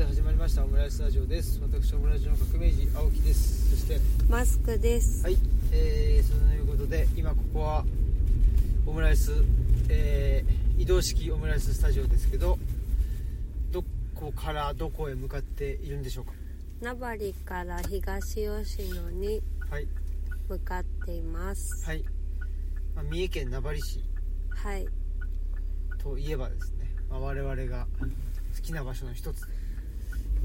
ライスタジオです私オムラジオの革命児青木ですそしてマスクです。はい、えー、そのいうことで今ここはオムライス、えー、移動式オムライススタジオですけどどこからどこへ向かっているんでしょうか名張から東吉野にはい向かっています。はい、まあ、三重県名張市はい。 といえばですね、まあ、我々が好きな場所の一つ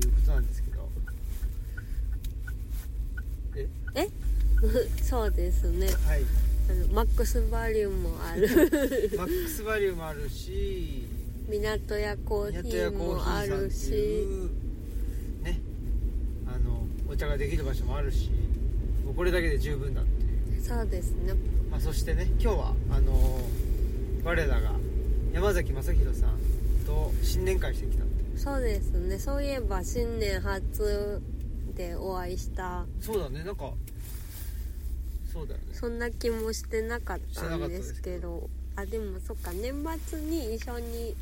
ということなんですけどそうですね。はいあのマックスバリューもある。マックスバリューもあるし 港屋コーヒーもあるっていし。うねあのお茶ができる場所もあるしもうこれだけで十分だっていう、そうですね。まあ、そしてね今日はあの我らが山崎正弘さんと新年会してきたってそうですね。そういえば新年初でお会いした。そうだねなんかそうだよねそんな気もしてなかっしてなかたったんでですすけけど。あ、でもそっか。年末に一緒に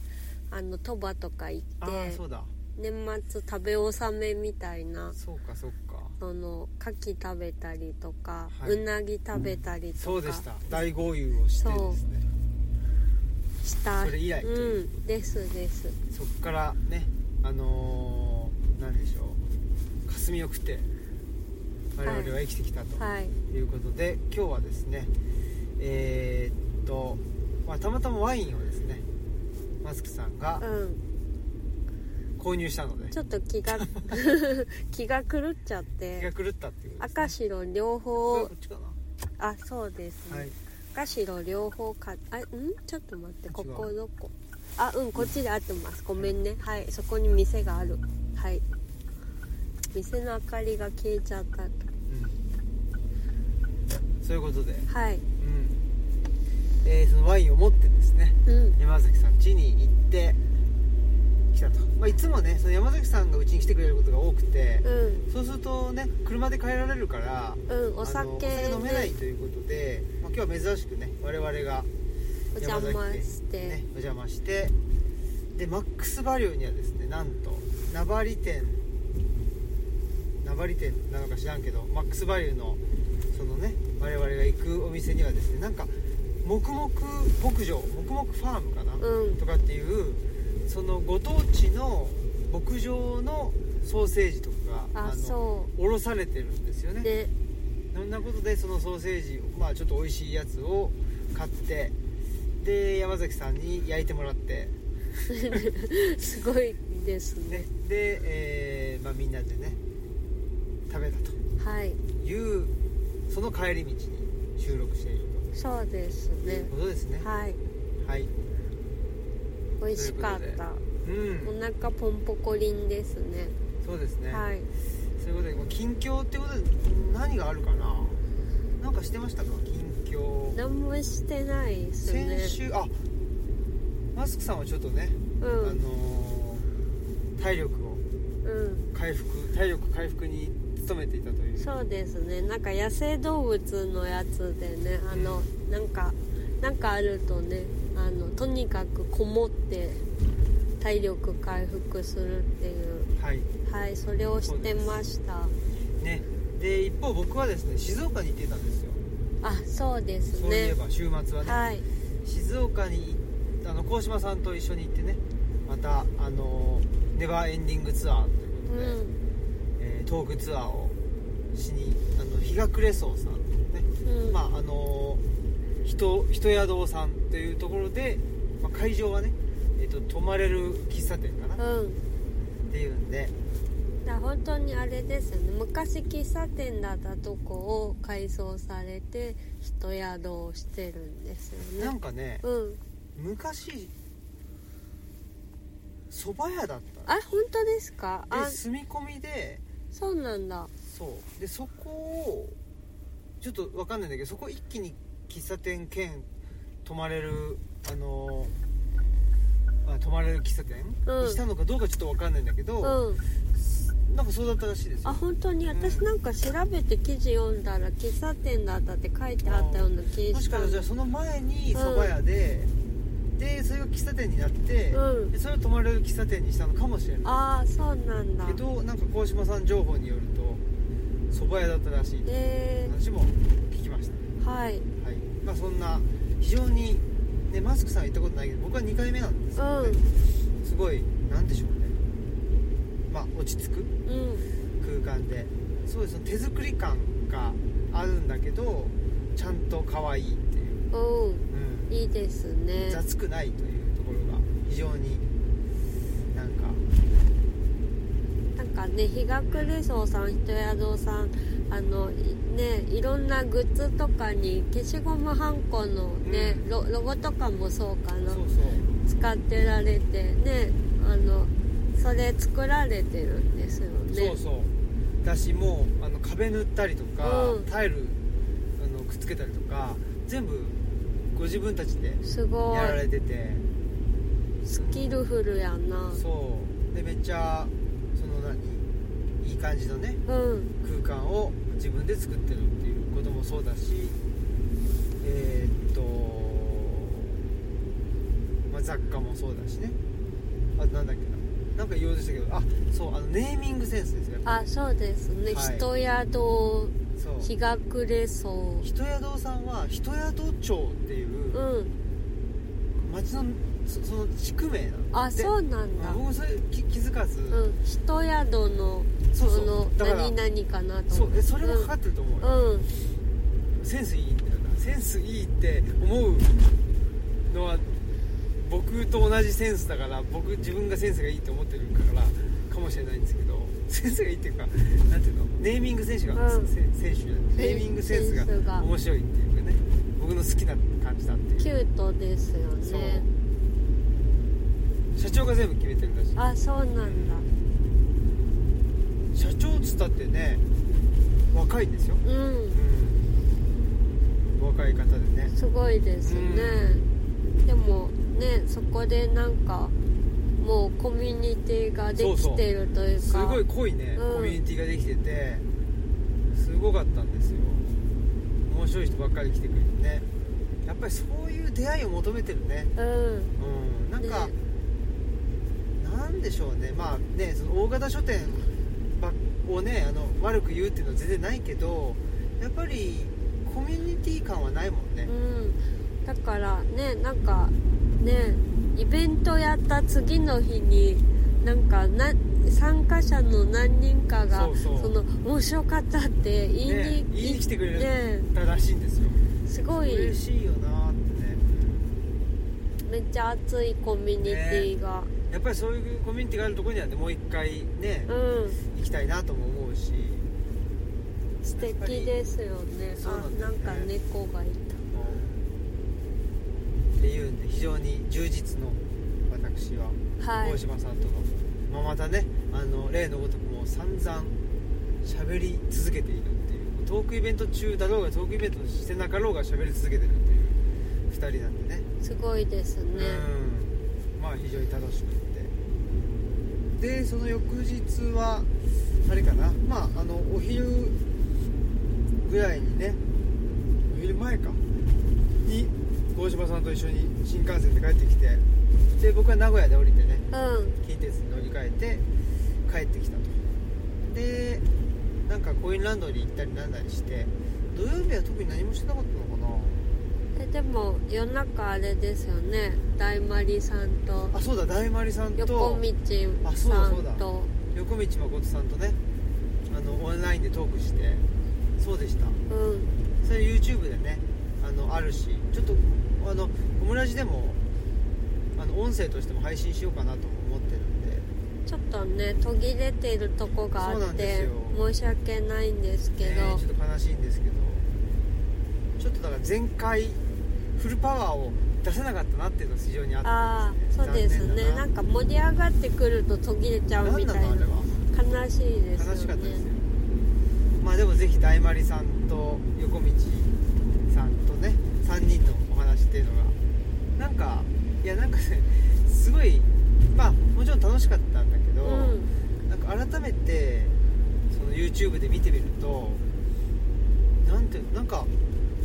あの鳥羽とか行って。ああそうだ年末食べ納めみたいなそうかそうかその牡蠣食べたりとか、はいうなぎ食べたりとかそうでした大豪遊をしてですねしたそれ以来といううんですですそっからねあのー、なんでしょう霞を食って我々は生きてきたと、はいということで今日はですねえーっと、まあ、たまたまワインをですねマスクさんがうん購入したのでちょっと 気が気が狂っちゃっ気がて狂ったっていうこと赤です、ね、白両これ方こっちかあそうですなね、はい赤白両方かあんちょっと待ってこ違うこどこあうんこっちで合ってますごめんねはいそこに店があるはい店の明かりが消えちゃったうんそういうことではいうんえーそのワインを持ってですねうん山崎さん家に行って来たと、まあ、いつもねその山崎さんがうちに来てくれることが多くてうんそうするとね車で帰られるからうんおあの酒おで酒飲めないということで、まあ、今日は珍しくね我々がお邪魔山崎でして、ね、お邪魔してでマックスバリューにはですねなんと名張店名張店なのか知らんけどマックスバリューのそのね我々が行くお店にはですねなんか黙々牧場黙々ファームかな、うんとかっていうそのご当地の牧場のソーセージとかがのあそおろされてるんですようねで そんなことでそのソーセージをまあちょっと美味しいやつを買ってで山崎さんに焼いてもらって、すごいですねね、で、えーまあ、みんなでね食べたとはいいうその帰り道に収録しているそうですといねうことですねはいはい、美味しかっというこたうおん腹ポンポコリンですねそうですね、はいそういうことでこう近況ってことで何があるかななんかしてましたか近況何もしてないですね先週あマスクさんはちょっとね、うあんのー体力をうん回復体力回復に努めていたというそうですねなんか野生動物のやつでねあの、なんかなんかあるとねあのとにかくこもって体力回復するっていうはいはいそれをしてましたねで一方僕はですね静岡に行ってたんですよあそうですそういえねば週末はね、はい静岡に行っあの鴻島さんと一緒に行ってねまたあのネバーエンディングツアーといううことで、んえートークツアーをしにあの日が暮れ荘さんね、うんまああの人人宿さんというところで、まあ、会場はね、えー、と泊まれる喫茶店かなっうんていうんでだから本当にあれですよね昔喫茶店だったとこを改装されて人宿をしてるんですよなねんかねうん昔蕎麦屋だったあ本当ですかであ住み込みでそうなんだそうでそこをちょっとわかんないんだけどそこ一気に喫茶店兼泊まれるあのあ泊まれる喫茶店、うんにしたのかどうかちょっとわかんないんだけうど、んなんかそうだったらしいですあよ本当に私うんなんか調べて記事読んだら喫茶店だったって書いてあったような気もししかたしたらじゃあその前に蕎麦屋で、でそれが喫茶店になって、うんでそれを泊まれる喫茶店にしたのかもしれないああそうなんだけどなんか鴻島さん情報によると蕎麦屋だったらしいってえ話も聞きました、ー、はいはいまあ、そんな非常に、ね、マスクさんは行ったことないけど僕は2回目なんですけど、ねすごいなんでしょうねまあ落ち着くうん空間でそうですね手作り感があるんだけどちゃんと可愛いっていう、おううんいいですね雑くないというところが非常になんかなんかね日が暮れ荘さん人や堂さんあのいねいろんなグッズとかに消しゴムはんこのね、うんロロゴとかもそうかそうなそう使ってられてねあのそれ作られてるんですよねそうそうだしもうあの壁塗ったりとか、うんタイルあのくっつけたりとか全部ご自分たちですごやられいててスキルフルやなそうでめっちゃその何いい感じのねうん空間を自分で作ってるっていうこともそうだしえーっと、まあ、雑貨もそうだしねあとなんだっけななんか言おうとしたけどあそうあのネーミングセンスですよやっぱあそうですね、はい人や堂そう日が暮れ荘人宿さんは人宿町っていううん町のそその地区名なんあでそうなんだ僕もそれ気気づかず、うん人宿のそそうそうのだから何々かなとそう思ってえそれもかかってると思うよ、うん、うんセンスいいんだよなセンスいいって思うのは僕と同じセンスだから僕自分がセンスがいいと思ってるからかもしれないんですけどセンスがいいっていうかなんていうのネーミングセンスが、うんせ選手じゃないネーミングセンスセンスがが面白いっていうかね僕の好きな感じだっていうキュートですよそうね社長が全部決めてるらしいあそうなんだ社長っつったってね若いんですよ、うんうん、若い方でねすごいですね、でもねそこでなんかもうコミュニティができてるというかすごい濃いね、うんコミュニティができててすごかったんですよ面白い人ばっかり来てくれてねやっぱりそういう出会いを求めてるねうんうんなんか、ねなんでしょうねまあねその大型書店ばをねあの悪く言うっていうのは全然ないけどやっぱりコミュニティ感はないもんね、うんだからねなんかねイベントやった次の日になんかな参加者の何人かがそうそうの面白かったって言いに,、ね言いに来てくれるねだらしいんですよすごい嬉しいよなーってねめっちゃ熱いコミュニティが、やっぱりそういうコミュニティがあるところにはねもう一回ねうん行きたいなとも思うし素敵ですよねそうなんだあよねなんか猫がいっていうんで非常に充実の私はたはい大島さんとの、まあ、またねあの例のごとくもう散々喋り続けているっていうトークイベント中だろうがトークイベントしてなかろうが喋り続けてるっていう2人なんでねすごいですねうんまあ非常に楽しくってでその翌日はあれかなまああのお昼ぐらいにねお昼前かに大島さんと一緒に新幹線で帰ってきてで僕は名古屋で降りてねうん近鉄に乗り換えて帰ってきたとでなんかコインランドリー行ったりなんなりして土曜日は特に何もしてなかったのかえでも夜中あれですよね大マリさんとなあそうだ大丸さんと横道あそうださそうだんと横道誠さんとねあのオンラインでトークしてそうでしたうんそれ YouTube でねあのあるしちょっとあのオムラジでもあの音声としても配信しようかなとも思ってるんでちょっとね途切れてるとこがあそうなっんですてよ申し訳ないんですけど、ねちょっと悲しいんですけどちょっとだから前回フルパワーを出せなかったなっていうのが非常にあああったそんうでですすねね残な念んか盛り上がってくると途切れちゃだうみたい何ななのあれは悲しいですよね悲しかったですよまあでもぜひ大丸さんと横道さんとね3人のお話っていうのがなんかいやなんかねすごいまあもちろん楽しかったんだけど、うんなんか改めてその YouTube で見てみるとなんていうのなんか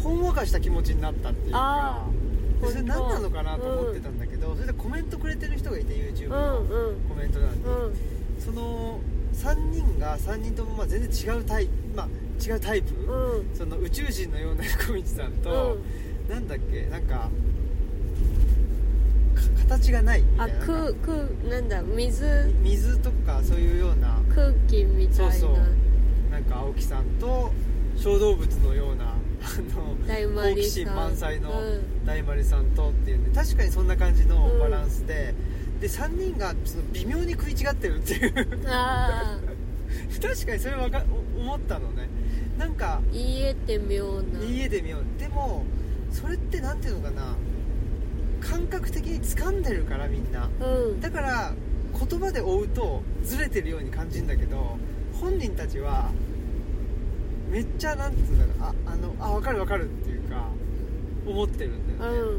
ほんわかした気持ちになったっていうかあでそれ何なのかなと思ってたうんだけど、それでコメントくれてる人がいて YouTube んのうんコメント欄に、うんその3人が3人ともまあ全然違うタイプまあ違うタイプ、うんその宇宙人のような横道さんと、なんだっけなんかか形がないみあたいななん空か空なんだ水水とかそういうような空気みたいなそうそうなんか青木さんと小動物のようなあの大好丸奇心さん満載のうん大丸さんとっていうね確かにそんな感じのバランスで、で3人がその微妙に食い違ってるっていう あ確かにそれわかお思ったのねなんかあ言えて妙な家で見ようでもそれって何ていうのかな感覚的に掴んでるからみんなうんだから言葉で追うとずれてるように感じるんだけど本人たちはめっちゃなんていうんだろうああのあ分かる分かるっていうか思ってるんだうよ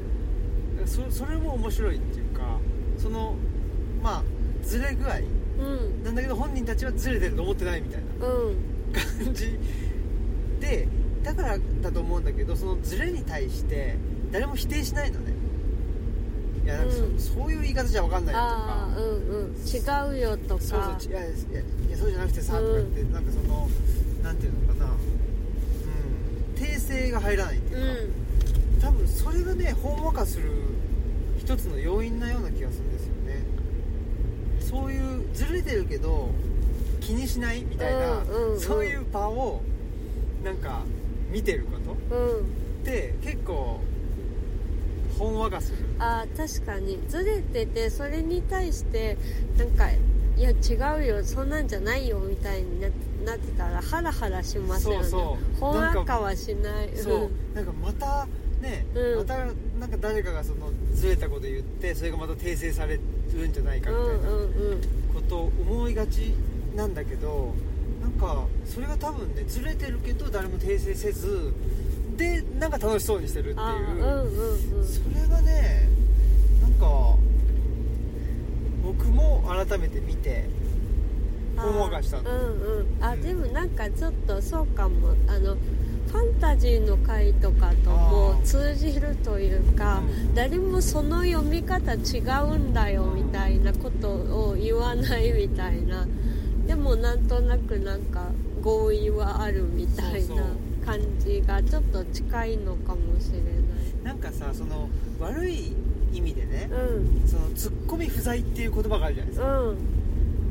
ね、んそそれも面白いっていうかそのまあずれ具合うんなんだけど本人たちはずれてると思ってないみたいな うん感じでだからだと思うんだけどそのズレに対して誰も否定しないのねいやなんかそ,、ううんそういう言い方じゃ分かんないよとああかうんうん違うよとかそうそうちいやいやいやそうじゃなくてさ、うんとかってなんかそのなんていうのかなうん訂正が入らないってういうか、ん多分それがねほんわかする一つの要因なような気がするんですよねそういうずれてるけど気にしないみたいな、うんうんうんそういう場をなんか見てることうんって結構ほんわかするああ確かにずれててそれに対してなんかいや違うよそんなんじゃないよみたいにななってたらハラハラしますよねそうそうほんなわんかかはしないそうなんかまたね、うんまたなんか誰かがそのずれたこと言ってそれがまた訂正されるんじゃないかうみんたいな、うんうんことを思いがちなんだけどなんかそれが多分ねずれてるけど誰も訂正せずでなんか楽しそうにしてるっていああうんう、うんうんそれがねなんか僕も改めて見てほんわかしたうのんうんあ、うんでもなんかちょっとそうかもあのファンタジーの回とかともあー通じるというか、うん誰もその読み方違うんだよみたいなことを言わないみたいなでもなんとなくなんか合意はあるみたいそなうそ感じがちょっと近いのかもしれななんかさその悪い意味でねいうんそのツッコミ不在っていう言葉があるじゃないですか、うん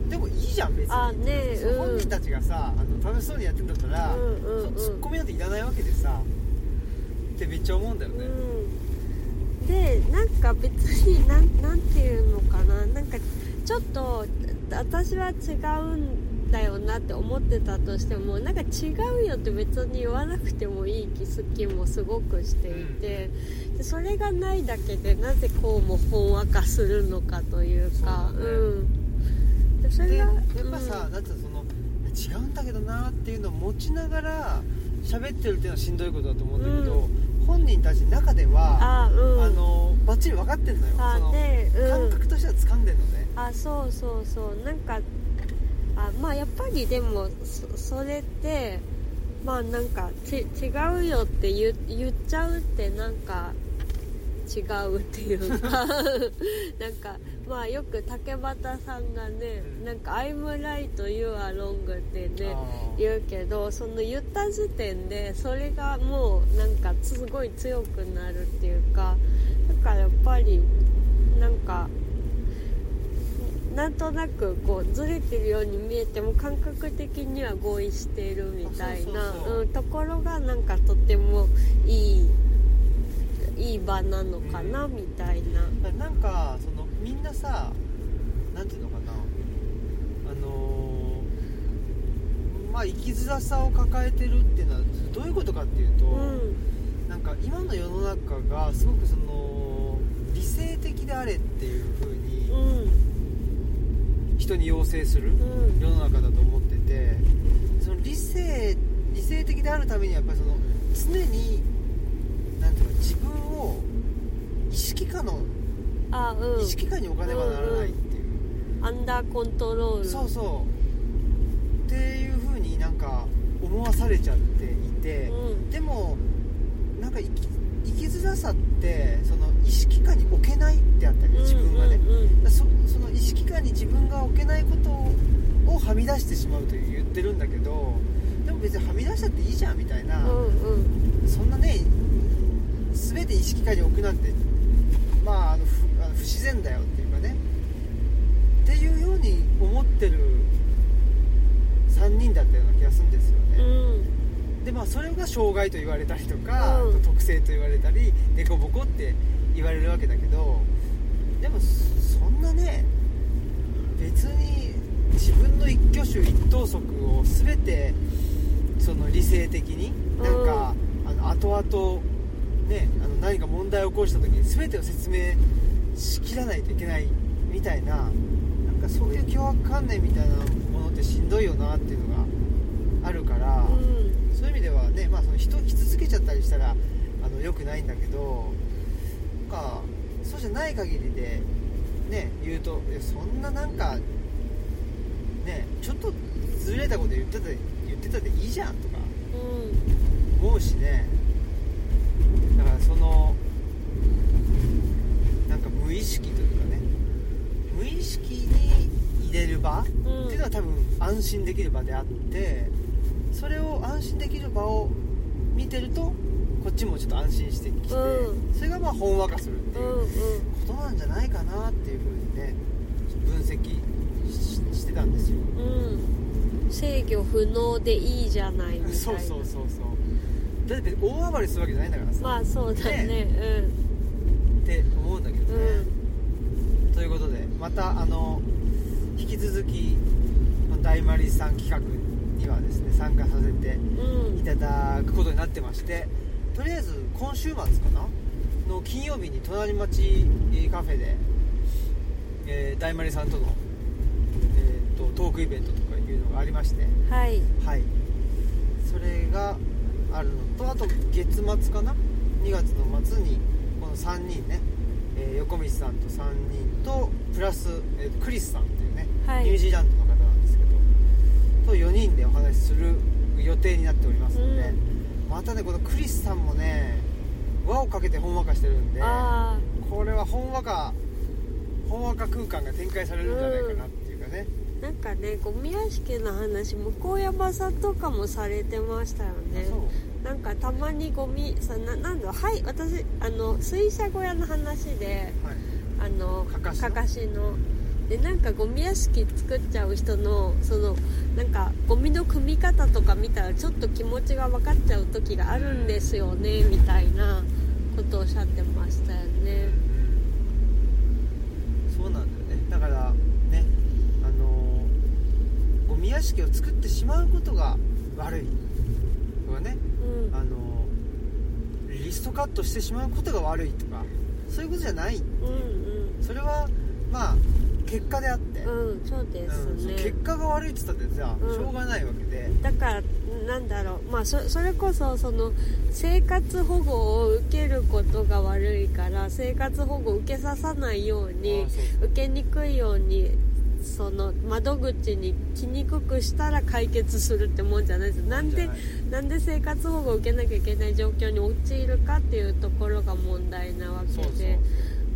でもいいじゃん別にあねえそううん本人たちがさあの楽しそうにやってんだったら、うんうんうんツッコミなんていらないわけでさってめっちゃ思うんだよね、うん、でなんか別になんなんていうのかななんかちょっと私は違うんだよなって思ってたとしてもなんか違うよって別に言わなくてもいい気好きもすごくしていて、でそれがないだけでなぜこうもほんわかするのかというかそうだねんでそでれやがっぱさ、だってその違うんだけどなっていうのを持ちながら喋ってるっていうのはしんどいことだと思うんだけど、う本人たちの中でうん、はあ、あうんのバッチリ分かってんのよあそのでうん感覚としては掴んでんのね、あそうそうそうなんかあまあやっぱりでもそそれってまあなんかち違うよって言う言っちゃうってなんか違うっていうか なんかまあよく竹俣さんがねなんか「I'm right you are wrong」ってねあー言うけどその言った時点でそれがもうなんかすごい強くなるっていうかだからやっぱりなんかなんとなくこうずれてるように見えても感覚的には合意しているみたいなあそうそうそううんところがなんかとてもいいいい場なのかなみたいな。だからなんかそのみんなさなんていうのかなあのーまあ生きづらさを抱えてるっていうのはどういうことかっていうと、うんなんか今の世の中がすごくその理性的であれっていう風にうん人に要請するうん世の中だと思っててその理性理性的であるためにはやっぱりその常になんていうの自分を意識下のあう意ん識下に置かねばならないっていう、アンダーコントロールそうそうっていう風になんか思わされちゃっていて、うんでもなんか生き生きづらさってその意識下に置けないってあったり自分がね、うんうんうんだそその意識下に自分が置けないことををはみ出してしまうという言ってるんだけどでも別にはみ出したっていいじゃんみたいな、うんうんそんなね全て意識下に置くなんてまああの不あの不自然だよっていうかねっていうように思ってる3人だったような気がするんですよね、うんでまあそれが障害と言われたりとか、うんあと特性と言われたり凸凹って言われるわけだけどでもそそんなね別に自分の一挙手一投足を全てその理性的になんか、あの後々ねあの何か問題を起こした時に全てを説明しきらないといけないみたいななんかそういう凶悪観念みたいなものってしんどいよなっていうのがあるから。うんそういう意味ではね、まあ、その人を傷つけちゃったりしたらあの良くないんだけどなんかそうじゃない限りで、ね、言うといやそんななんか、ね、ちょっとずれたこと言ってた言ってたでいいじゃんとかうん思うしねだからそのなんか無意識というかね無意識に入れる場うんっていうのは多分安心できる場であってそれを安心できる場を見てるとこっちもちょっと安心してきて、うそれがまあほんわかするってういうんうんことなんじゃないかなっていうふうにねちょっと分析ししてたんですようん制御不能でいいじゃないみたいなそうそうそうそうだって別に大暴れするわけじゃないんだからさ、まあそうだねねって思うんだけうどんね、ということでまたあの引き続きこの大マリさん企画にはですね参加させてうんういんただくことになってましてとりあえず今週末かなの金曜日に隣町えーカフェで、えー大丸さんとの、えー、とトークイベントとかいうのがありましてはいはいそれがあるのとあと月末かな2月の末にこの3人ね、えー横道さんと3人とプラス、えークリスさんっていうね、はいニュージーランドの方なんですけどと4人でお話しする予定になっておりますので、うまたねこのクリスさんもね輪をかけてほんわかしてるんであこれはほんわかほんわか空間が展開されるんじゃないかなっていうかね、あなんかねゴミ屋敷の話向山さんとかもされてましたよねそうなんかたまにゴミさななんだはい私あの水車小屋の話ではいあのかかしのかかしのでなんかゴミ屋敷作っちゃう人のそのなんかゴミの組み方とか見たらちょっと気持ちが分かっちゃう時があるんですよねみたいなことをおっしゃってましたよねそうなんだよねだからねあのーゴミ屋敷を作ってしまうことが悪いとかねうんあのーリストカットしてしまうことが悪いとかそういうことじゃないうんそれはまあ結果であって、うんうんそうでうんそのす結ね果が悪いって言ったってさ、うんしょうがないわけでだからなんだろうまあそそれこそその生活保護を受けることが悪いから生活保護を受けささないようにああそう受けにくいようにその窓口に来にくくしたら解決するってもんじゃないですなんでじなんで生活保護を受けなきゃいけない状況に陥るかっていうところが問題なわけゃないそでうそう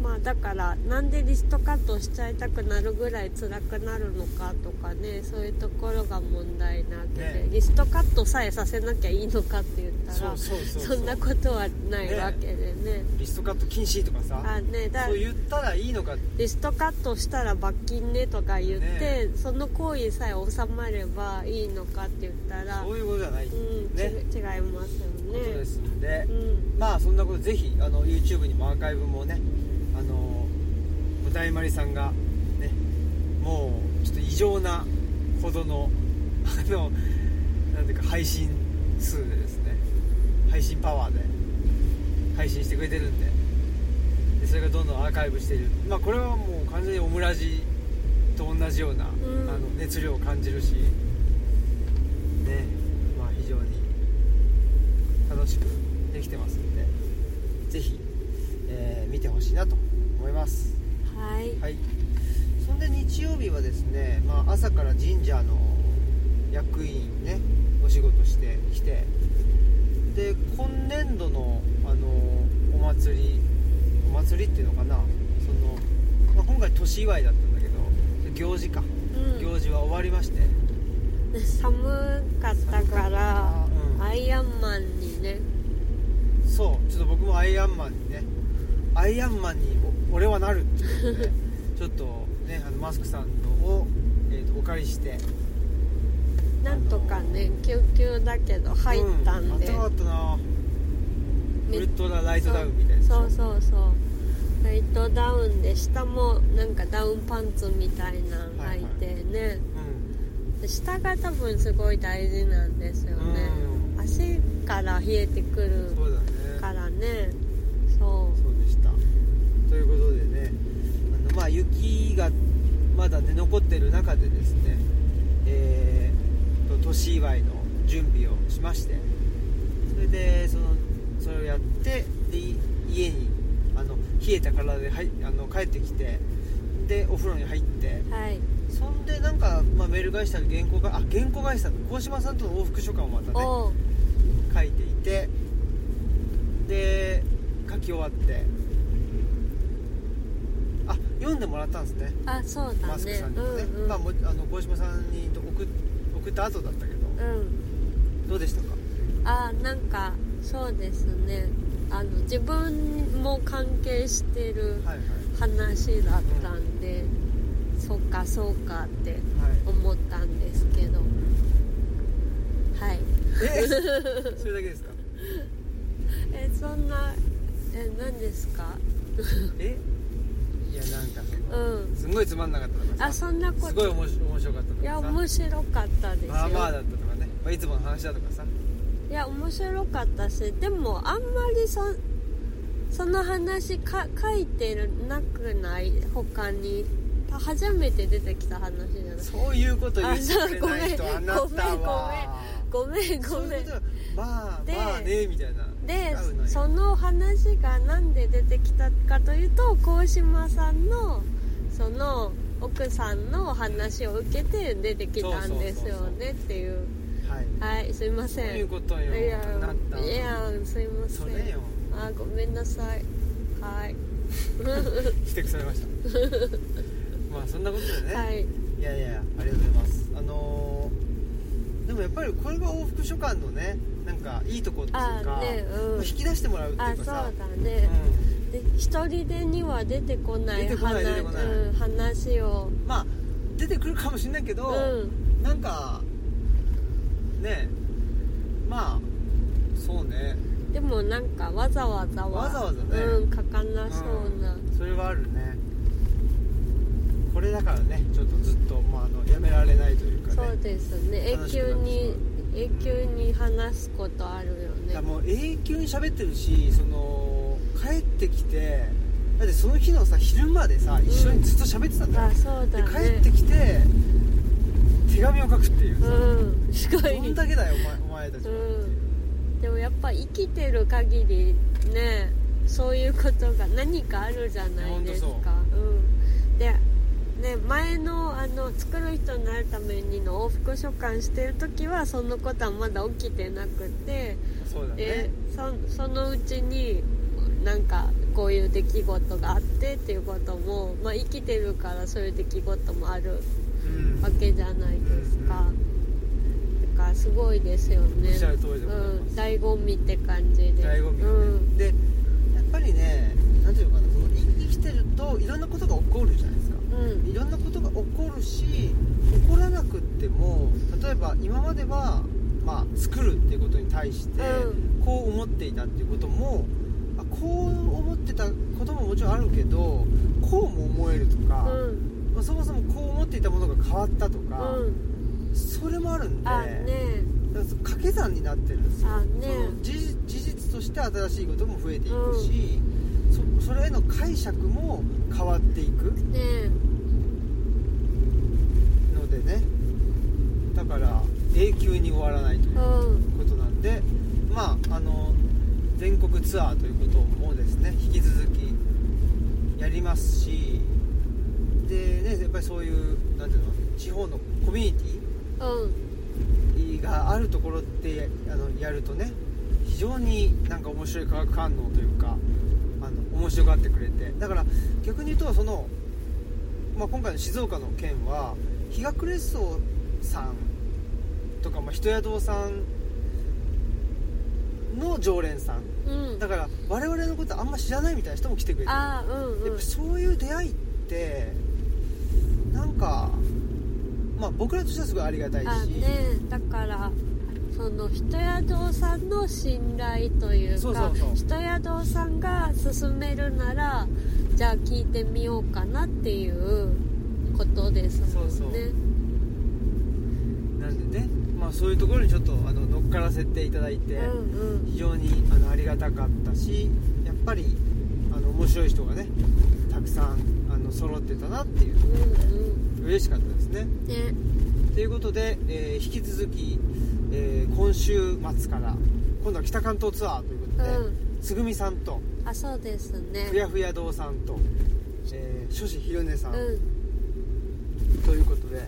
まあだからなんでリストカットしちゃいたくなるぐらい辛くなるのかとかねそういうところが問題なわけで、ねリストカットさえさせなきゃいいのかって言ったそらうそうそうそうんなことはないわけでねリストカット禁止とかさあねだそう言ったらいいのかリストカットしたら罰金ねとか言って、ねその行為さえ収まればいいのかって言ったらそういうことじゃない、うん、ねち違いますよことでねすんで、うんまあそんなことぜひあの YouTube にもアーカイブもねあの大丸さんがねもうちょっと異常なほどのあのなんていうか配信数でですね配信パワーで配信してくれてるんででそれがどんどんアーカイブしているまあこれはもう完全にオムラジと同じような、んあの熱量を感じるしねまあ非常に楽しくできてますのでぜひ、えー見てほしいなと思いますはいはいそんで日曜日はですね、まあ、朝から神社の役員ねお仕事してきてで今年度のあのお祭りお祭りっていうのかなその、まあ、今回年祝いだったんだけど行事か、うん行事は終わりましてで寒かったからうんアイアンマンにねそうちょっと僕もアイアンマンにねアイアンマンにお俺はなるっていうこと でちょっとねあのマスクさんのを、えーとお借りしてなんとかね救急だけど入ったんで、うあったかかったなウめルトラライトダウンみたいなそうそうそうライトダウンで下もなんかダウンパンツみたいなの履いてね、うで下が多分すごい大事なんですよね、うん足から冷えてくんそうるだねからねそうそうでしたということでねあのまあ雪がまだね残ってる中でですねえーと年祝いの準備をしましてそれでそのそれをやってでい家にあの冷えた体ではいあの帰ってきてでお風呂に入ってはいそんでなんか、まあ、メール返したり原稿があ原稿返したの鴻島さんとの往復書簡をまたねおう書いていてで書き終わってあ読んでもらったんですねあそうだねマスクさんにうもね、んうん、まあ、もあの鴻島さんに送っ送った後だったけどうんどうでしたかあなんかそうですねあの自分も関係してるはいはい話だったんで、そうかそうかっては思ったんですけどはい いえそれだけですかえそんなえ何ですかえいやなんかその、うんすんごいつまんなかったとかあさそんなこすごいと面白面白かったとかいさや面白かったですよ、まあまあだったとかね、まあ、いつもの話だとかさいや面白かったしでもあんまりそその話か書いてなくない他に初めて出てきた話じゃないそういうこと言っあてそうくれない人あなたはごめんごめんごそうめいんうことまあでまあねみたいなで合うのよその話が何で出てきたかというと鴻島さんのその奥さんの話を受けて出てきたんですよねっていうはいはいすいまそうせんいうことよいやあなたいやすいませそんれよあごめんなさいはい指摘されま したまあそんなことでね、はいい、やいやありがとうございますあのーでもやっぱりこれが往復書簡のねなんかいいとこっていうあか、ねうん引き出してもらうっていあうそかさうだね、うで一人でには出てこない出てこない出てこないうん、話をんまあ出てくるかもしれないけど、うんなんかねまあそうねでもなんかわざわざはわざわざねうん、書かなそうな、それはあるねこれだからねちょっとずっと、まあ、あのやめられないというかねそうですね永楽しくな久ってしに永久に話すことあるよいやねもう永久に喋ってるしその帰ってきてだってその日のさ昼までさん一緒にずっと喋ってたんだよあ、そうだねで帰ってきて手紙を書くっていうさ、うんすごどんいだけだよお前お前たちはっていう、でもやっぱ生きてる限りねそういうことが何かあるじゃないでいすやほんかう、ん、で、ね、前のあの作る人になるためにの往復書簡してる時はそのことはまだ起きてなくて、そうだでねそそのうちになんかこういう出来事があってっていうことも、まあ、生きてるからそういう出来事もあるうんわけじゃないですか、うだからすごいですよねおっしゃる通りでございますうん、醍醐味って感じで醍醐味がね、うん、でやっぱりね何ていうのかなその生きてるといろんなことが起こるじゃないですかうんいろんなことが起こるし起こらなくっても例えば今までは、まあ、作るっていうことに対して、うこう思っていたっていうこともあこう思ってたことももちろんあるけどこうも思えるとか、うんまあ、そもそもこう思っていたものが変わったとか、うんそれもあるんであねだからその掛け算になってるんですよあねその事実事実として新しいことも増えていくし、そそれへの解釈も変わっていく。ねのでねだから永久に終わらないといううこんとなんでまああの全国ツアーということもですね引き続きやりますしでねやっぱりそういうなんていうの地方のコミュニテうんィがあるところってあのやるとね非常になんか面白い化学反応というかああの面白がってくれてだから逆に言うとその、まあ、今回の静岡の件は日が暮れそうさんとか、まあ、人や堂さんの常連さんうんだから我々のことあんま知らないみたいな人も来てくれてるああうやんうっんぱそういう出会いってなんかまあ僕らとしてはすごいありがたいしあねだからその人や堂さんの信頼というかそうそうそう人や堂さんが勧めるならじゃあ聞いてみようかなっていうことですもんねそうそうなんでね、まあ、そういうところにちょっとあの乗っからせていただいて、うんうん非常にあのありがたかったしやっぱりあの面白い人がねたくさんあの揃ってたなっていううん嬉しかったですねうんねということで、えー引き続き、えー今週末から今度は北関東ツアーということで、うつぐみさんとんあそうですふねやふや堂さんと、えー、諸子ひろねさん、うんということで、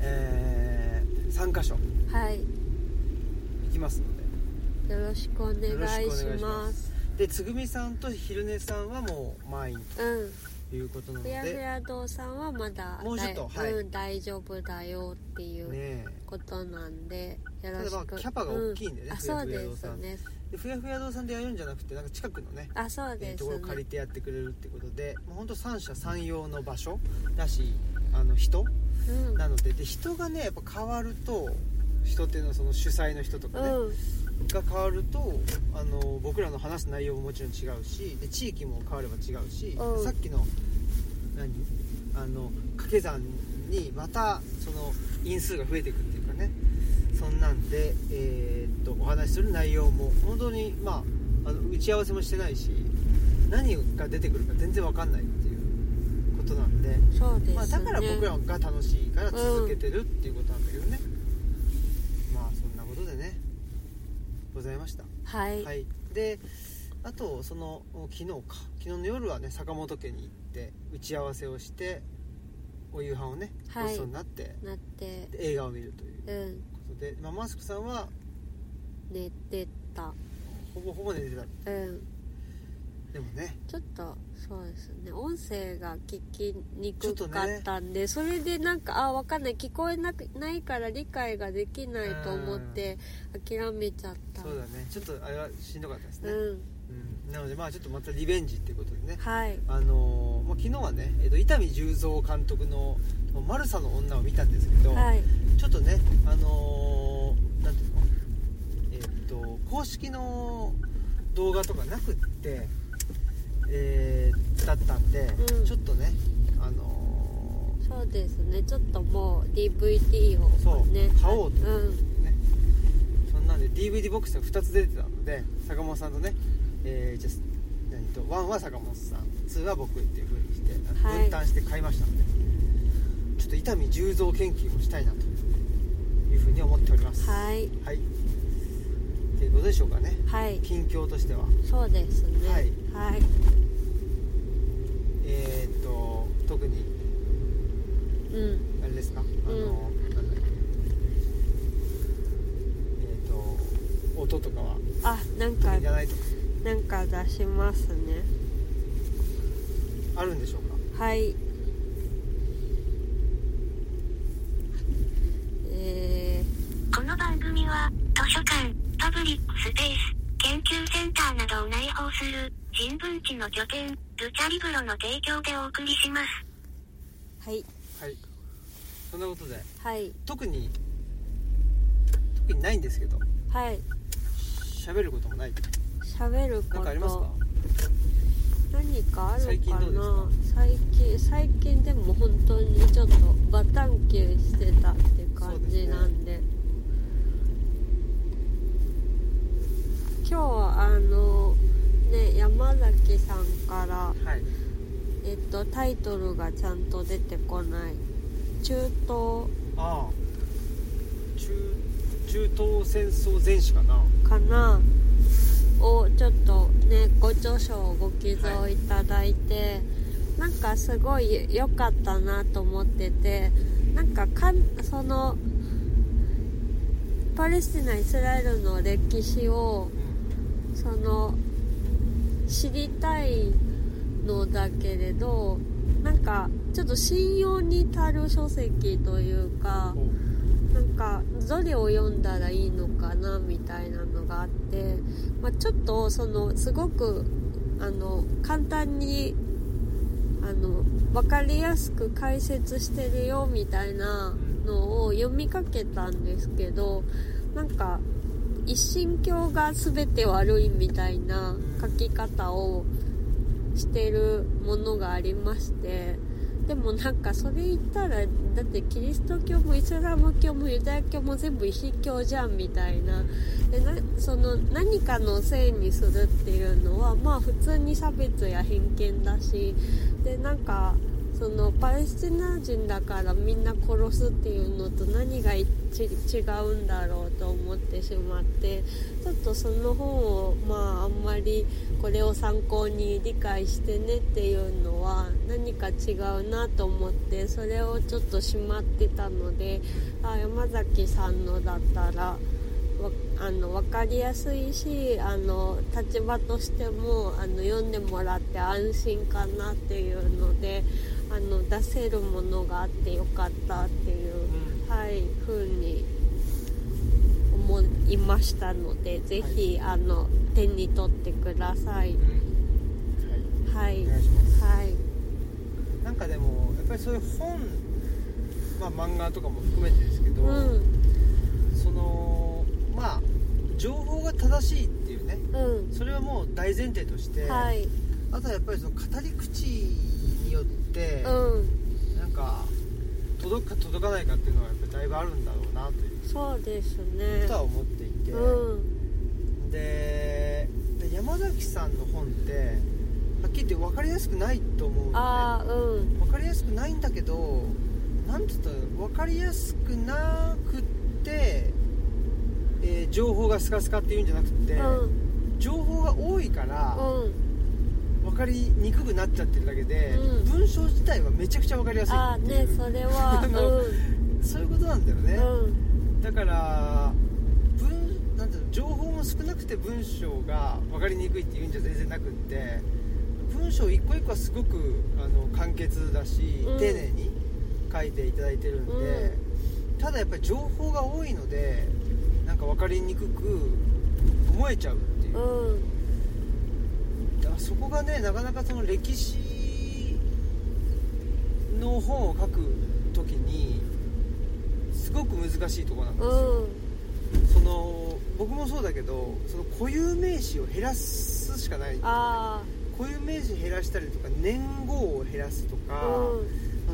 え3箇所はい行きますのでよろしくお願よろいくしお願いますでつぐみさんとひるねさんはもう満員うんということなのふでやふや堂さんはまだもうちょっとはいうん、大丈夫だよっていう、ねことなんでよろたしだまくあキャパが大きいんでねうあふやそうふや堂ですさんねえでふやふや堂さんでやるんじゃなくてなんか近くのねあそうえーですとこねろを借りてやってくれるってことで、まあ、ほんと三者三様の場所だしあの人うんなのでで人がねやっぱ変わると人っていうのはその主催の人とかね、うんが変わるとあの僕らの話す内容ももちろん違うしで地域も変われば違うし、うんさっきの何あの掛け算にまたその因数が増えていくっていうかねそんなんで、えーっとお話しする内容も本当にまああの打ち合わせもしてないし何が出てくるか全然わかんないっていうことなんで、そうですね、まあ、だから僕らが楽しいから続けてるっていうことなんだけどね、まあそんなことでねございましたはい、はい、であとその昨日か昨日の夜はね坂本家に行って打ち合わせをしてお夕飯をね、はいごちそうになってなってで映画を見るというこうんとで、まあ、マスクさんは寝てたほぼほぼ寝てたうんでもねちょっとそうですね音声が聞きにくかったんで、それでなんかあわかんない聞こえなくないから理解ができないと思って諦めちゃったそうだねちょっとあれはしんどかったですね、うんうんなのでまあちょっとまたリベンジっていうことでねはいあのーまあ、昨日はね、えっと伊丹十三監督の「マルサの女」を見たんですけど、はいちょっとね、あのーなんていうの、えーっと、公式の動画とかなくって、えーだったんで、うんちょっとね、あのそうですねちょっともう DVD をそうね買おうとうーんね、そんなんで DVD ボックスが2つ出てたので、坂本さんとね、えーじゃあ何と、1は坂本さん、2は僕っていう風にして、あのはい分担して買いましたので、ちょっと伊丹十三研究をしたいなという風に思っております。はいはい。ということでしょうかね。はい近況としては、そうですねはいはい、えーっと特にうんあれですか、あのなんだっけえーっと音とかはあなん特かにいらないとかなんか出しますねあるんでしょうか。はいえこの番組は、図書館、パブリックスペース、研究センターなどを内包する、人文地の拠点、ルチャリブロの提供でお送りします。ー、はいはい。そんなことではい特に特にないんですけど、はい喋ることもない。喋ることなんかありますか？何かある最近かどうですなか最近最近でも本当にちょっとバタンキューしてたって感じなんで今日あのね山崎さんから、はい。えっと、タイトルがちゃんと出てこない中東ああ。中中東戦争前史かな。かなをちょっとねご著書をご寄贈いただいて、なんかすごい良かったなと思っててなんかかんそのパレスチナイスラエルの歴史をうん。その知りたいのだけれどなんかちょっと信用に足る書籍というかおうなんかどれを読んだらいいのかなみたいなのがあって、まあ、ちょっとそのすごくあの簡単にあの分かりやすく解説してるよみたいなのを読みかけたんですけどなんか一神教が全て悪いみたいな書き方をしてるものがありましてでもなんかそれ言ったらだってキリスト教もイスラム教もユダヤ教も全部異非教じゃんみたいなでなその何かのせいにするっていうのはまあ普通に差別や偏見だしでなんかそのパレスチナ人だからみんな殺すっていうのと何がいち違うんだろうと思ってしまってちょっとその本をまああんまりこれを参考に理解してねっていうのは何か違うなと思ってそれをちょっとしまってたのであ山崎さんのだったら。わあの分かりやすいしあの立場としてもあの読んでもらって安心かなっていうのであの出せるものがあってよかったっていう、うはい、ふうに思いましたのでぜひ、あの手に取ってください。うんはいはい、おは願いしますいなんかでもやっぱりそういう本まあ漫画とかも含めてですけど、うんそのまあ情報が正しいっていうねうんそれはもう大前提として、はいあとはやっぱりその語り口によって、うんなんか届くか届かないかっていうのはやっぱりだいぶあるんだろうなというそうですこねとは思っていて、うんでで山崎さんの本ってはっきり言って分かりやすくないと思うんでああうん分かりやすくないんだけどなんつったら分かりやすくなくって、えー情報がスカスカっていうんじゃなくて、うん情報が多いから、うん分かりにくくなっちゃってるだけで、うん文章自体はめちゃくちゃ分かりやすいあっあてねいうそれはあのそういうことなんだよね、うんうんだから文なんていうの情報も少なくて文章が分かりにくいっていうんじゃ全然なくって文章一個一個はすごくあの簡潔だし、うん丁寧に書いていただいてるんで、ただやっぱり情報が多いのでなんか分かりにくく思えちゃうっていう、うんだからそこがねなかなかその歴史の本を書く時にすごく難しいところなんですよ、うんその僕もそうだけどその固有名詞を減らすしかないあ固有名詞減らしたりとか年号を減らすとあか、うん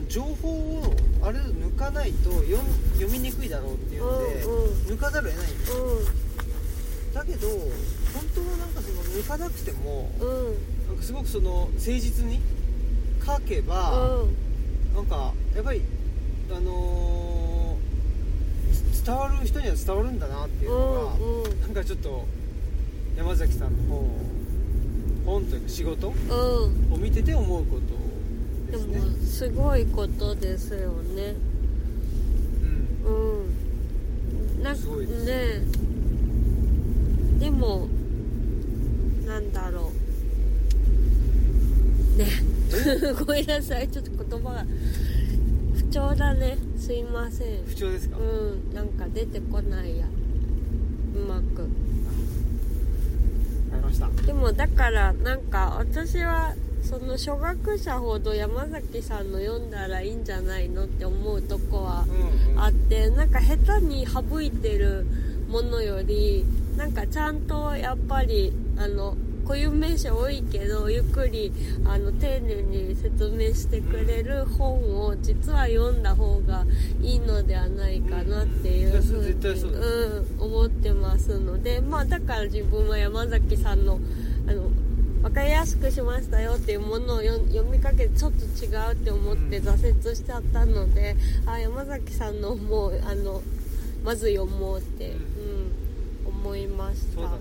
情報をあれ抜かないと読み読みにくいだろうっていうので、うんうん抜かざるを得ないんですうだけど本当はなんかその抜かなくても、んうんなんかすごくその誠実に書けば、うなんかやっぱりあのーつ伝わる人には伝わるんだなっていうのが、んうんなんかちょっと山崎さんの本を本というか仕事をうん見てて思うこでとですもね、すごいことですよねうん、うんなんすかごいですねでもなんだろうね ごめんなさいちょっと言葉が不調だねすいません不調ですか、うんなんか出てこないやうまくありましたでもだからなんか私はその初学者ほど山崎さんの読んだらいいんじゃないのって思うとこはうんうんあってなんか下手に省いてるものよりなんかちゃんとやっぱりあの固有名詞多いけどゆっくりあの丁寧に説明してくれる本を実は読んだ方がいいのではないかなっていううんふうに絶対そうですうん、思ってますのでまあだから自分は山崎さんのあの分かりやすくしましたよっていうものを読読みかけてちょっと違うって思ってうん挫折しちゃったので、あ山崎さんのもうあのまず読もうって、ううん思いましたそうだね、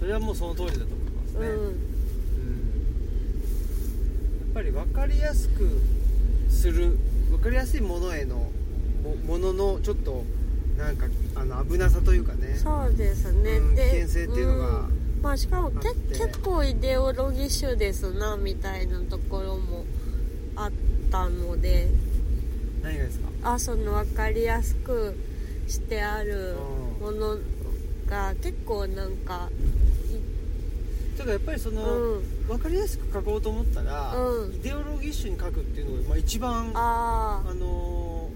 それはもうその通りだと思いますうん、ね、ううんやんっぱり分かりやすくする分かりやすいものへのももののちょっとなんかあの危なさというかねそうですね、うん危で険性っていうのがんまあしかもけあって結構イデオロギッシュですなみたいなところもあったので何がですかあその分かりやすくしてあるものが結構なんかてかやっぱりそうの、ん分かりやすく書こうと思ったら、うんイデオロギッシュに書くっていうのが、まあ、一番ああーの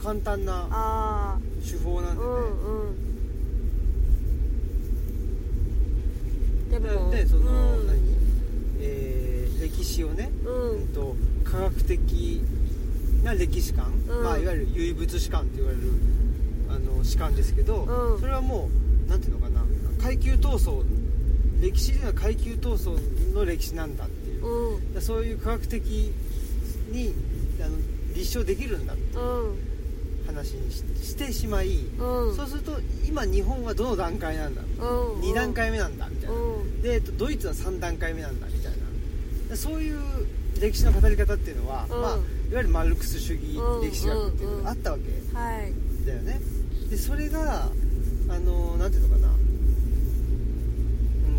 ー簡単なあ手法なんーでうね、んうんでもででその、うん何、えー歴史をね、ううんんと科学的な歴史観、うんまあ、いわゆる唯物史観って言われるあの史観ですけど、うんそれはもうなんていうのかな階級闘争歴史では階級闘争の歴史なんだっていう、だかうんらそういう科学的にあの立証できるんだうん話にししてしまい、うんそうすると今日本はどの段階なんだ、うん2段階目なんだみたいうな、んでえっとドイツは3段階目なんだみたいなそういう歴史の語り方っていうのは、うんまあ、いわゆるマルクス主義うん歴史学っていうのがあったわけはいだよねでそれがあのなんていうのかな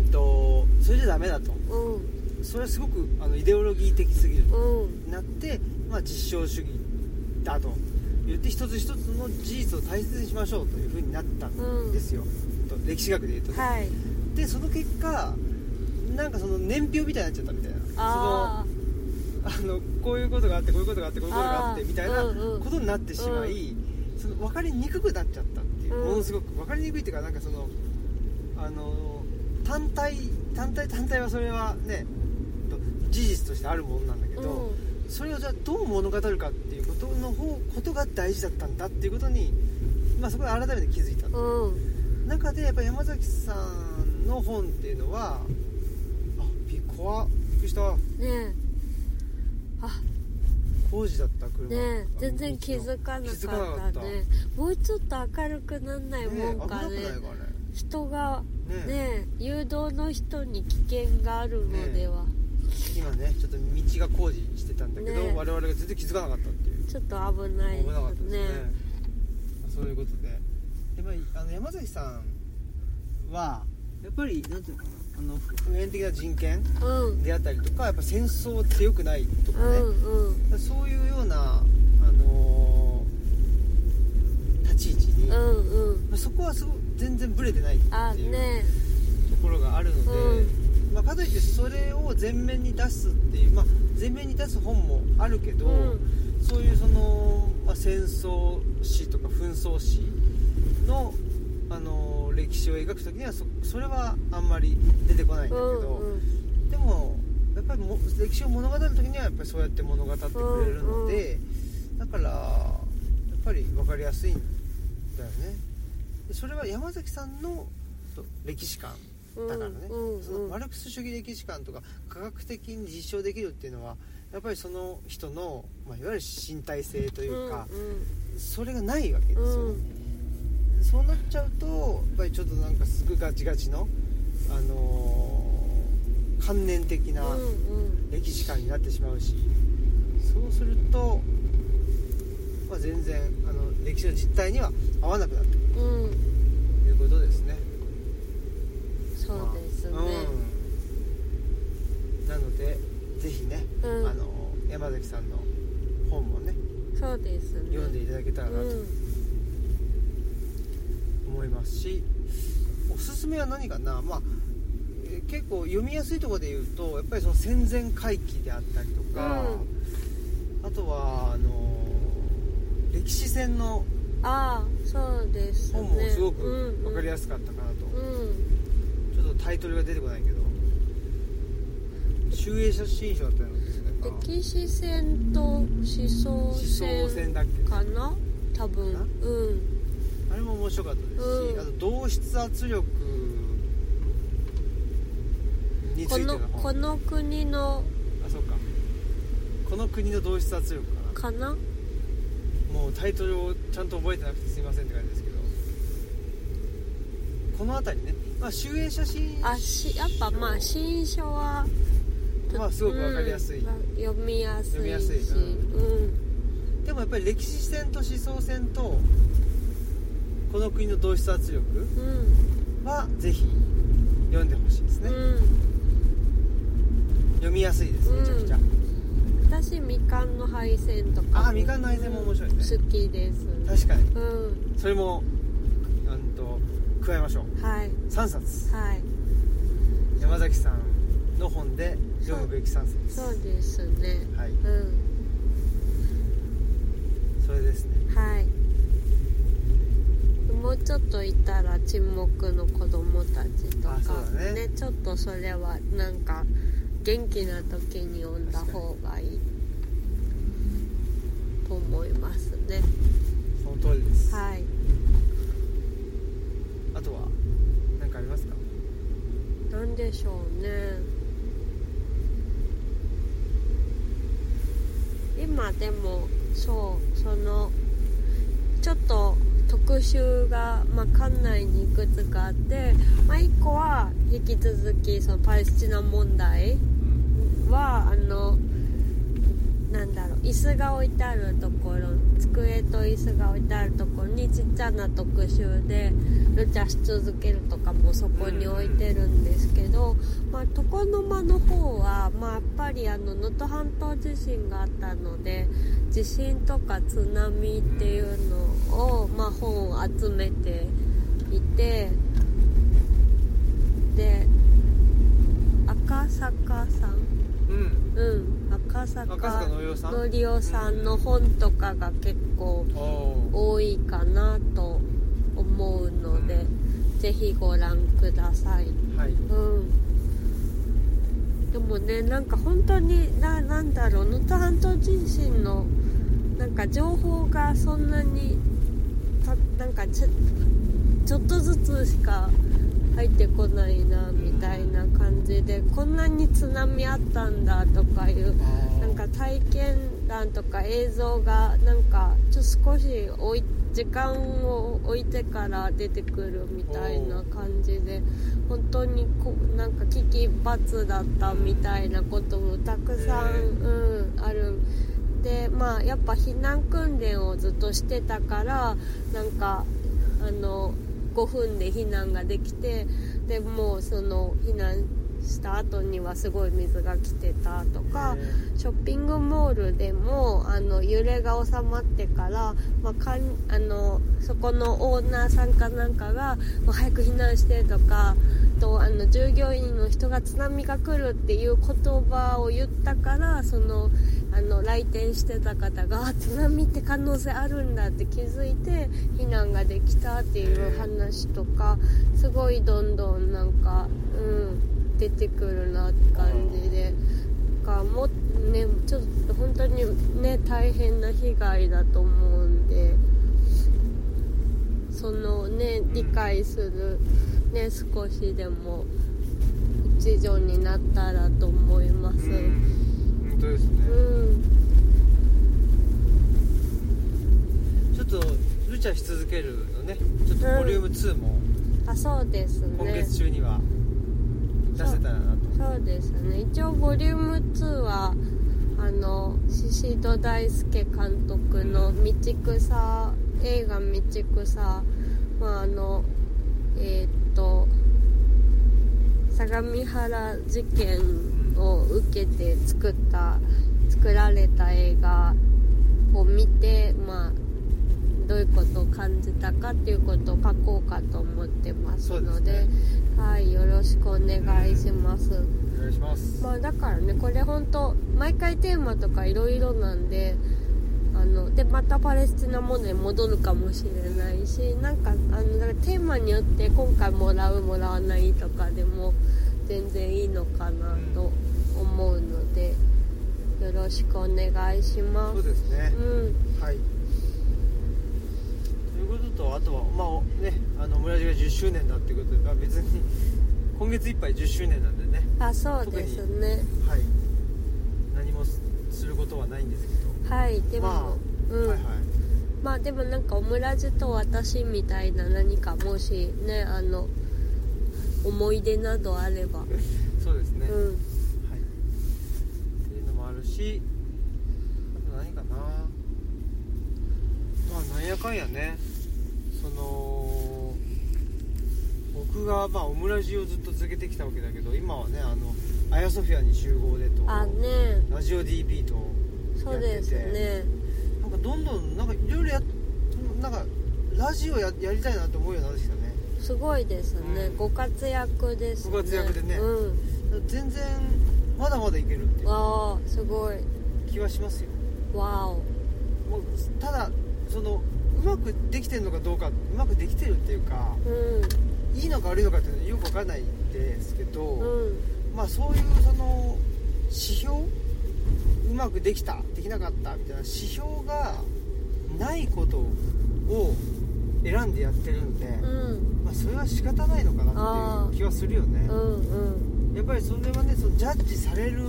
うんとそれじゃダメだとうんそれはすごくあのイデオロギー的すぎるうんなって、まあ、実証主義だと言って一つ一つの事実を大切にしましょうというふうになったんですよ、と歴史学で言うとね、はいでその結果なんかその年表みたいになっちゃったみたいなあそのあのこういうことがあってこういうことがあってこういうことがあってあーみたいなうんうんことになってしまい、その分かりにくくなっちゃったっていう、うんものすごく分かりにくいっていうかなんかそのあの単体単体単体はそれはねと事実としてあるものなんだけーど、うそれをじゃあどう物語るかっていうことの方ことが大事だったんだっていうことに、まあ、そこで改めて気づいたんうん中でやっぱ山崎さんの本っていうのはあび怖っびっくりしたねえあ工事だった車ねえ全然気づか気なづかなかかっったたねもうちょっと明るくなんないもんえ危なかねくないか人があれねえねえ誘導の人に危険があるのでは、今ねちょっと道が工事してたんだけど、ねえ我々が全然気づかなかったっていうちょっと危ない危なかったですねねそういうことでで、まあ、あの山崎さんはやっぱりなんていうのかなあの普遍的な人権うんであったりとかやっぱ戦争って良くないとかうね、んうんそういうような、あのー立ち位置に、うまんうんあそこはすごく全然ブレてないってあいうねところがあるので、うまあ、かといってそれを前面に出すっていう、まあ、前面に出す本もあるけえど、うんそういうその、まあ、戦争史とか紛争史の、あのー歴史を描く時にはそそれはあんまり出てこないんだけうど。んうんでもやっぱりも歴史を物語る時にはやっぱりそうやって物語ってくれるので、だからやっぱり分かりやすいんだよねでそれは山崎さんのと歴史観だからね、うんうんそのマルクス主義歴史観とか科学的に実証できるっていうのはやっぱりその人の、まあ、いわゆる身体性というか、それがないわけですうよね、んうんそうなっちゃうとやっぱりちょっとなんかすぐガチガチの、あのー観念的なうんうん歴史観になってしまうし、そうすると、まあ、全然あの歴史の実態には合わなくなってくるうんうんということですね。そうですねまあうん、なのでぜひね、うんあの山崎さんの本もねそうですね読んでいただけたらなうとん思いますしおすすめは何かな、まあ、えー結構読みやすいところで言うとやっぱりその戦前回帰であったりとか、あとはあのー歴史戦のああそうですね本もすごく分かりやすすかったかなと、うんちょっとタイトルが出てこないけど集英写真賞だったようなですね歴史戦と思想思想戦戦だっけかな多分かなうんあれも面白かったですし、うんあと同質圧力につこいてののこ本の国のあそうかこの国の同質圧力かなかなもうタイトルをちゃんと覚えてなくてすいませんって感じですけどこの辺りね、まあ、集英写真あしやっぱまあ新書はまあすごくわかりやすい、うん読みやすいし読みやすいうんでもやっぱり歴史戦と思想戦とこの国の同質圧力うんはぜひ読んでほしいですね、うん読みやすいですめちゃくちゃ、う私みかんの配線とかあみかんの配線も面白いね好きです確かにうんそれもうんと加えましょうはい3冊はい山崎さんの本で読むべき3冊ですそうですねはいうんそれですねはいもうちょっといたら沈黙の子供たちとかあそうだねちょっとそれはなんか元気な時に読んだ方がいいと思いますねその通りです、はいあとは何かありますかなんでしょうね今でもそうそのちょっと特集が、まあ、館内にいくつかあって、まあ、1個は引き続きそのパレスチナ問題うんはあのなんだろう椅子が置いてあるところ机と椅子が置いてあるところにちっちゃな特集でルチャし続けるとかもそこに置いてるんですけど、まあ、床の間の方は、まあ、やっぱりあの能登半島地震があったので地震とか津波っていうのを、まあ、本を集めていてで赤坂さんうんうん赤坂赤坂のりおさんのりおさんの本とかが結構おお多いかなと思うので、ぜひご覧くださいはいうんでもねなんか本当にななんだろう能登半島地震のなんか情報がそんなにたなんかちょちょっとずつしか入ってこないなみたいな感じでこんなに津波あったんだとかいうなんか体験談とか映像がなんかちょっと少し置い時間を置いてから出てくるみたいな感じで本当にこうなんか危機一髪だったみたいなこともたくさん、へえうん、あるでまあやっぱ避難訓練をずっとしてたからなんかあの5分で避難ができてでもうその避難した後にはすごい水が来てたとかへえショッピングモールでもあの揺れが収まってから、まあ、かんあのそこのオーナーさんかなんかが「もう早く避難して」とかあとあの従業員の人が津波が来るっていう言葉を言ったからそのあの来店してた方があ「津波って可能性あるんだ」って気づいて避難ができたっていう話とかすごいどんどんなんか、うん、出てくるなって感じで。かもねちょっと本当にね大変な被害だと思うんでそのねん理解するね少しでも一助になったらと思いますうん本当ですね、うんちょっとルチャし続けるのねちょっとボリューム2もあそうです今ね月中には出せたらなと、そうですね一応ボリューム2はあの宍戸大輔監督の「道草」映画「道草」まああのえーっと相模原事件を受けて作った作られた映画を見てまあどういうことを感じたかっていうことを書こうかと思ってますそのうでですねはいよろしくお願いします、お願いします、まあだからねこれ本当毎回テーマとかいろいろなんであのでまたパレスチナ問題に戻るかもしれないしなんかあのだからテーマによって今回もらうもらわないとかでも全然いいのかなと思うのでよろしくお願いしまそうすですね、うんはいということとあとはまあねあの村地が10周年だっていうことで、まあ、別に 今月いっぱい10周年なんでねあそうですねはい何もすすることはないんですけどはいでも、まあうん、はいはいまあでもなんかオムラジと私みたいな何かもしねあの思い出などあれば、そうですね、うはいんっていうのもあるしあと何かなまあなんやかんやねその僕が、まあ、オムラジをずっと続けてきたわけだけど今はねあの「アヤソフィアに集合でと」あねラジオ DP とそうですねなんかどんどんなんかいろいろやっなんかラジオややりたいなと思うようになってきたねすごいですね、うんご活躍ですねご活躍でねうん全然まだまだいけるっていうわあすごい気はしますよわおもうただそのうまくできてるのかどうかうまくできてるっていうかういいのか悪いのかっていうのはよくわかんないんですけど、んうんまあそういうその指標うまくできたできなかったみたいな指標がないことを選んでやってるんで、うんまあそれは仕方ないのかなっていう気はするよねう、んやっぱりそれはねそのジャッジされる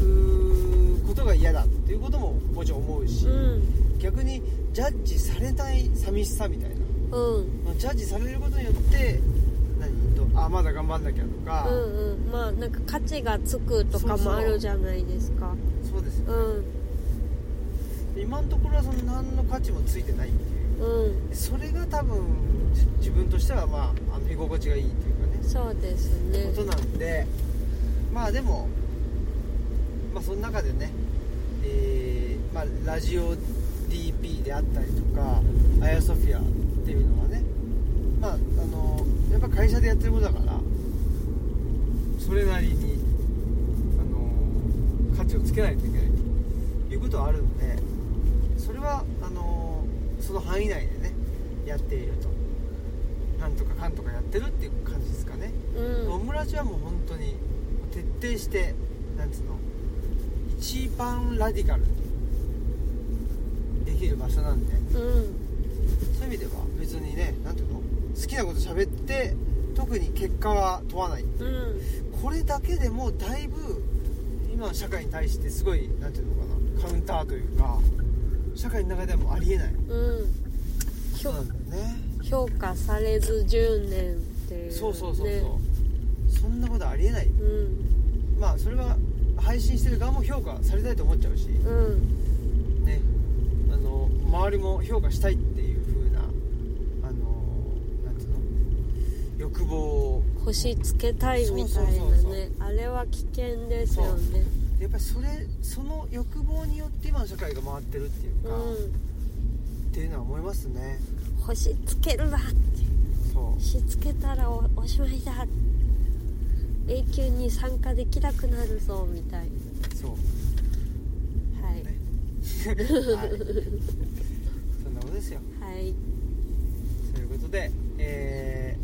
うーことが嫌だっていうことももちろん思うし、うん逆にジャッジされない寂しさみたいなうんうんまあジャッジされることによって何とあまだ頑張んなきゃとか、うんうんまあなんか価値がつくとかもあるじゃないですかそうですよねうん今のところはその何の価値もついてないっていううんそれが多分じ自分としてはまああの居心地がいいっていうかねそうですねことなんでまあでもまあその中でね、えーまあ、ラジオ DP であったりとかアヤソフィアっていうのはねまああのやっぱ会社でやってることだからそれなりにあの価値をつけないといけないということはあるのでそれはあのその範囲内でねやっているとなんとかかんとかやってるっていう感じですかね。うんオムラジはもう本当に徹底してなんつうの一番ラディカルにできる場所なんでうんそういう意味では別にねなんていうの好きなこと喋って特に結果は問わないうんこれだけでもだいぶ今の社会に対してすごいなんていうのかなカウンターというか社会の中でもありえないうんそうなんだよね評価されず10年っていう、ね、そうそうそうそう、そんなことありえないうんまあそれは配信してる側も評価されたいと思っちゃうしうんね、あの周りも評価したいっていう風なあのなんていうの欲望を星つけたいみたいなねそうそうそうそうあれは危険ですよねやっぱりそれその欲望によって今の社会が回ってるっていううか、っていうのは思いますねん星つけるなってそう星つけたらおおしまいだ永久に参加できなくなるぞみたいそうなはいねはいそんなことですよはいということで、え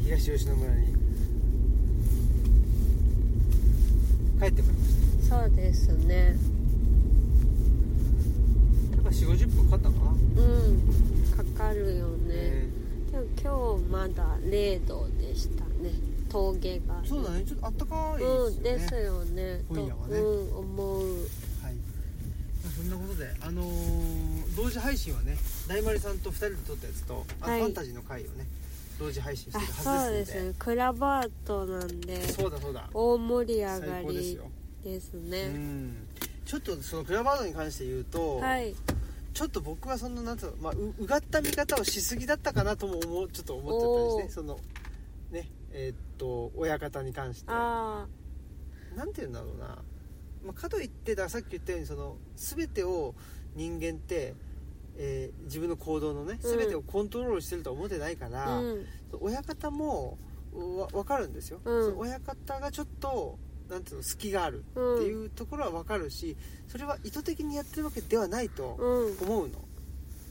ー、東吉野村に帰ってまいりましそうですねたやっぱ4 5 0分かかったかな、うんかかるよね、えでも今日まだ0度でしたね峠がーそうだねちょっとあったかいですよね、うんですよ今ね夜はねとうん思うはい、まあ、そんなことで、あのー同時配信はね大丸さんと2人で撮ったやつとあのはいファンタジーの回をね同時配信してあるはそずうでですすのでねクラバートなんでそうだそうだ大盛り上が最高ですりよ、ですうねんちょっとそのクラバードに関して言うと、はいちょっと僕はそのなんつうの、まあ、ううがった見方をしすぎだったかなとも思うちょっと思っちゃったりしてそのねえーっと親方に関してあなんて言うんだろうな、まあ、かといってだからさっき言ったようにその全てを人間って、えー自分の行動のねうん全てをコントロールしてるとは思ってないかあら、うん親方もわ分かるんですよ、うんその親方がちょっとなんていうの隙があるうってんいうところは分かるしそれは意図的にやってるわけではないとうん思うの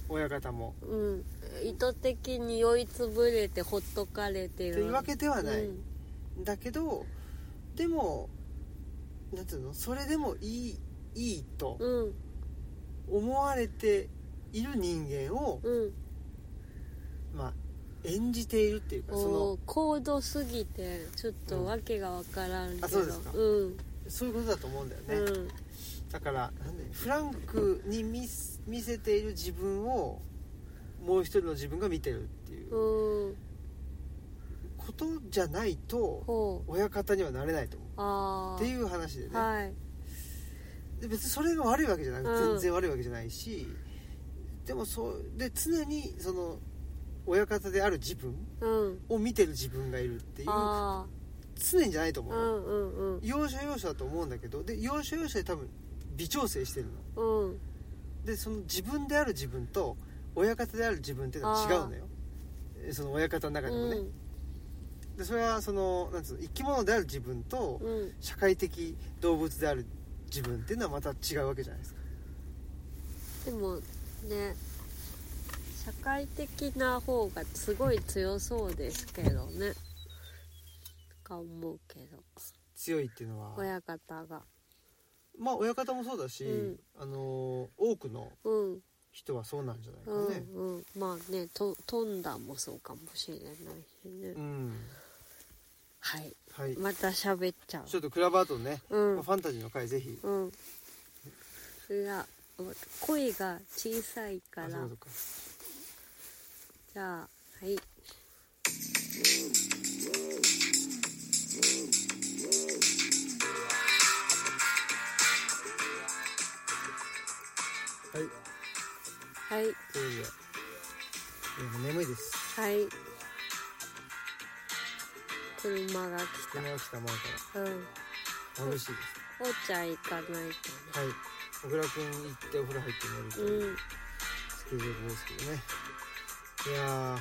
親方も。うん意図的に酔いつぶれてほっとかれてとるいうわけではない、うんだけどでもなんていうのそれでもいいいいと。うん思われている人間を、うんまあ、演じているっていうかそおのー高度すぎてちょっとわけがわからんけど、あそうですかうんそういうことだと思うんだよね、うんだからなんでフランクに見せ見せている自分をもう一人の自分が見てるっていううんことじゃないとほう親方にはなれないと思あうあっていう話でね、はいで別にそれが悪いわけじゃなく、うん全然悪いわけじゃないしでもそうで常にその親方である自分うんを見てる自分がいるっていうあ常にじゃないとあ思ううの、んうん要所要所だと思うんだけどで要所要所で多分微調整してるのうんうんでその自分である自分と親方である自分っていうのは違うのよえその親方の中でもね、でそれはそのなんつうの生き物である自分とうんうん社会的動物である自分っていうのはまた違うわけじゃないですかでもね社会的な方がすごい強そうですけどねとか思うけど強いっていうのは親方がまあ親方もそうだし、うんあのー多くのうん人はそうなんじゃないかうんねうんまあねと飛んだもそうかもしれないしね、うん、はいはい、また喋っちゃちょっとクラバートのね、ううんまあファンタジーの回ぜひうんいや声が小さいかあらそうかじゃあはいそうかはいはいということでいやもう眠いですはい車が来車が来た前かたうんら眩しいですお茶行かないとねはい小倉くん行ってお風呂入って寝るとういうんスケジュールですけどねいや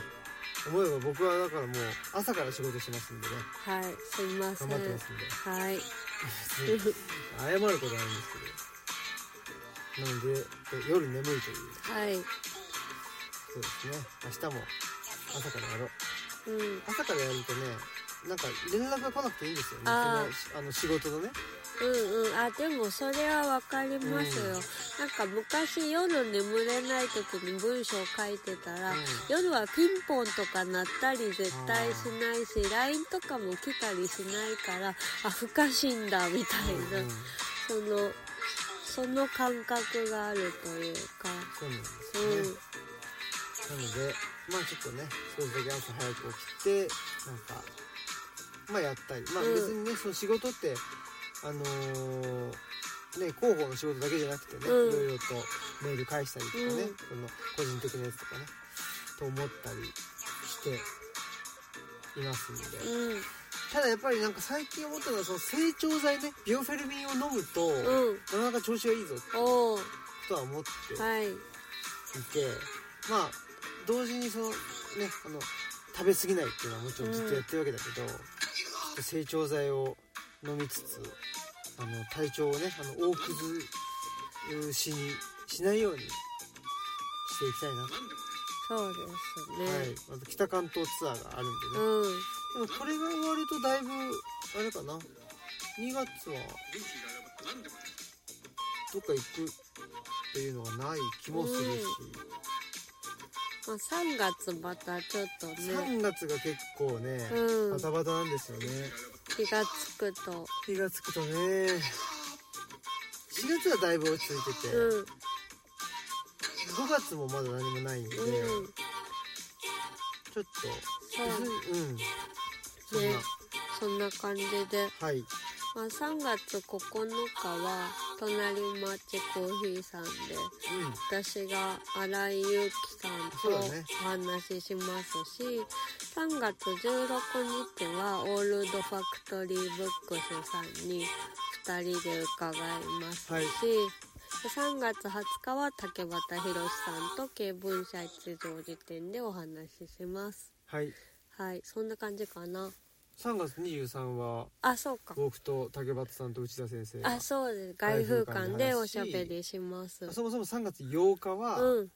ー思えば僕はだからもう朝から仕事してますんでねはいすいません頑張ってますんではい 謝ることはないんですけどなので夜眠いというはいそうですね明日も朝からやろううん朝からやるとねなんか連絡が来なくていいんですよねあーそのあの仕事のねうんうんあでもそれはわかりますよ、うんなんか昔夜眠れない時に文章書いてたら、うん夜はピンポンとか鳴ったり絶対しないし LINE とかも来たりしないからあ不可侵だみたいな、うんそのその感覚があるというかそうなんですうよね、ん、なのでまあちょっとね少しだけ朝早く起きてなんかまあやったりまあうん別にね、その仕事ってあのーね広報の仕事だけじゃなくてね、うんいろいろとメール返したりとかね、うんその個人的なやつとかねと思ったりしていますので、うんただやっぱりなんか最近思ったのはその成長剤ねビオフェルミンを飲むと、うんなかなか調子がいいぞおーとは思っていて、はいまあ同時にそのねあの食べ過ぎないっていうのはもちろんずっとやってるわけだけど、ちょっと成長剤を飲みつつあの体調をねあの大崩しにしないようにしていきたいなと、そうですね、はい、まず北関東ツアーがあるんでね、うんでもこれが終わるとだいぶあれかな2月はどっか行くっていうのがない気もするし、まあ、3月またちょっとね3月が結構ね、うんバタバタなんですよね気がつくと気がつくとね4月はだいぶ落ち着いてて、うん5月もまだ何もないんで、うんちょっそうとうんそんな、ねそんな感じで、はいまあ、3月9日は隣町コーヒーさんで私が新井祐樹さんとそうだねお話ししますし、3月16日はオールドファクトリーブックスさんに2人で伺いますし、はいで3月20日は竹俣宏さんと経文社一条辞典でお話しします。はい、はい、はい、そんな感じかな。 3月23はあ、そうか。僕と竹俣さんと内田先生があそうです外風館でおしゃべりしますそもそも3月8日はうん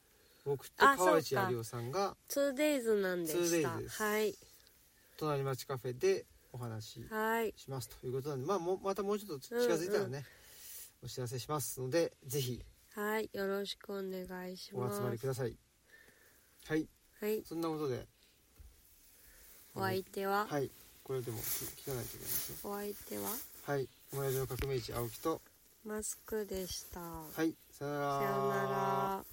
僕とあ川内そうか有夫さんが 2days なんでした 2days ですはい隣町カフェでお話しはいしますということなんで、まあ、もうまたもうちょっと近づいたらね、お知らせしますのでぜひはいよろしくお願いしおま集すまりくださいはいはいそんなことでお相手は、はいこれでも聞かないといけないですよお相手ははいオムラジの革命児青木とマスクでした、はいさよなさようなら